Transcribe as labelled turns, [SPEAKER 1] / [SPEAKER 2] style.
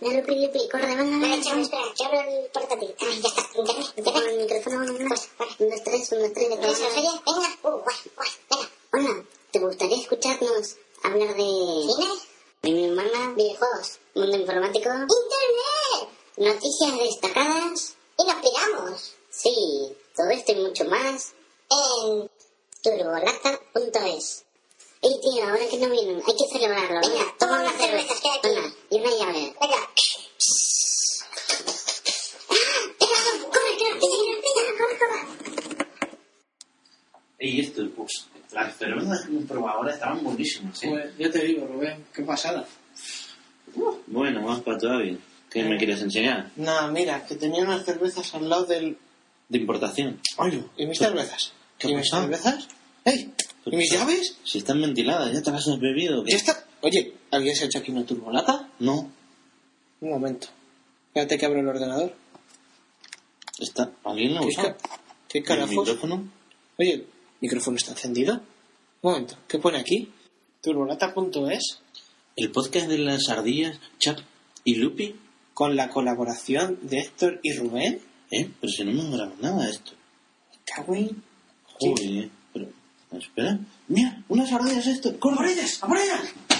[SPEAKER 1] Negro, pli, pli, corre, manda.
[SPEAKER 2] Vale, chavos, espera, yo abro el portátil. Ah, ya está, internet,
[SPEAKER 1] Con
[SPEAKER 2] internet.
[SPEAKER 1] el micrófono, uno, uno.
[SPEAKER 2] Pues, bueno.
[SPEAKER 1] Un, dos, tres, un, dos, tres, de
[SPEAKER 2] ¿Quieres oye? Venga, uh, guay, guay, venga.
[SPEAKER 1] Hola, ¿te gustaría escucharnos hablar de...
[SPEAKER 2] Dime,
[SPEAKER 1] De mi hermana,
[SPEAKER 2] videojuegos.
[SPEAKER 1] mundo informático,
[SPEAKER 2] ¡Internet!
[SPEAKER 1] noticias destacadas.
[SPEAKER 2] Y nos pegamos
[SPEAKER 1] Sí, todo esto y mucho más
[SPEAKER 2] en...
[SPEAKER 1] turbolata.es. Ey, tío, ahora que no vienen, hay que celebrarlo.
[SPEAKER 2] Venga, toma
[SPEAKER 1] una
[SPEAKER 2] unas cervezas, queda aquí.
[SPEAKER 1] Una, y una llave.
[SPEAKER 2] Venga. ¡Ah! ¡Venga, corre, corre! ¡Que se viene la pila! ¡Corre, corre!
[SPEAKER 3] Y esto, pues, las cervezas que hemos probado ahora estaban buenísimas, ¿eh?
[SPEAKER 4] Pues, ya te digo, Rubén, qué pasada.
[SPEAKER 3] Bueno, más para todavía. ¿Qué
[SPEAKER 4] Eh.
[SPEAKER 3] me quieres enseñar?
[SPEAKER 4] Nada, mira, que tenía unas cervezas al lado del...
[SPEAKER 3] De importación.
[SPEAKER 4] Ay, ¿y mis cervezas?
[SPEAKER 3] ¿Qué
[SPEAKER 4] ¿Y
[SPEAKER 3] ha
[SPEAKER 4] mis
[SPEAKER 3] pasado?
[SPEAKER 4] cervezas? ¡Ey!
[SPEAKER 3] ¿Qué
[SPEAKER 4] ¿Y mis
[SPEAKER 3] pasa?
[SPEAKER 4] llaves?
[SPEAKER 3] Si están ventiladas, ¿ya te las has bebido? o qué?
[SPEAKER 4] Ya está. Oye, ¿habías hecho aquí una turbolata?
[SPEAKER 3] No,
[SPEAKER 4] Un momento. Espérate que abro el ordenador.
[SPEAKER 3] está. ¿Alguien lo ha
[SPEAKER 4] ¿Qué,
[SPEAKER 3] usado?
[SPEAKER 4] ca- qué
[SPEAKER 3] ¿El
[SPEAKER 4] carajos?
[SPEAKER 3] micrófono?
[SPEAKER 4] Oye, ¿el micrófono está encendido? Un momento, ¿qué pone aquí? Turbolata.es
[SPEAKER 3] ¿El podcast de las ardillas, Chap y Lupi?
[SPEAKER 4] con la colaboración de Héctor y Rubén.
[SPEAKER 3] ¿Eh? Pero si no hemos grabado nada de esto.
[SPEAKER 4] Cagüey.
[SPEAKER 3] Joder, ¿eh? Pero, espera. Mira, unas ardillas esto. ¡Corre!
[SPEAKER 4] ellas! ¡A por ellas!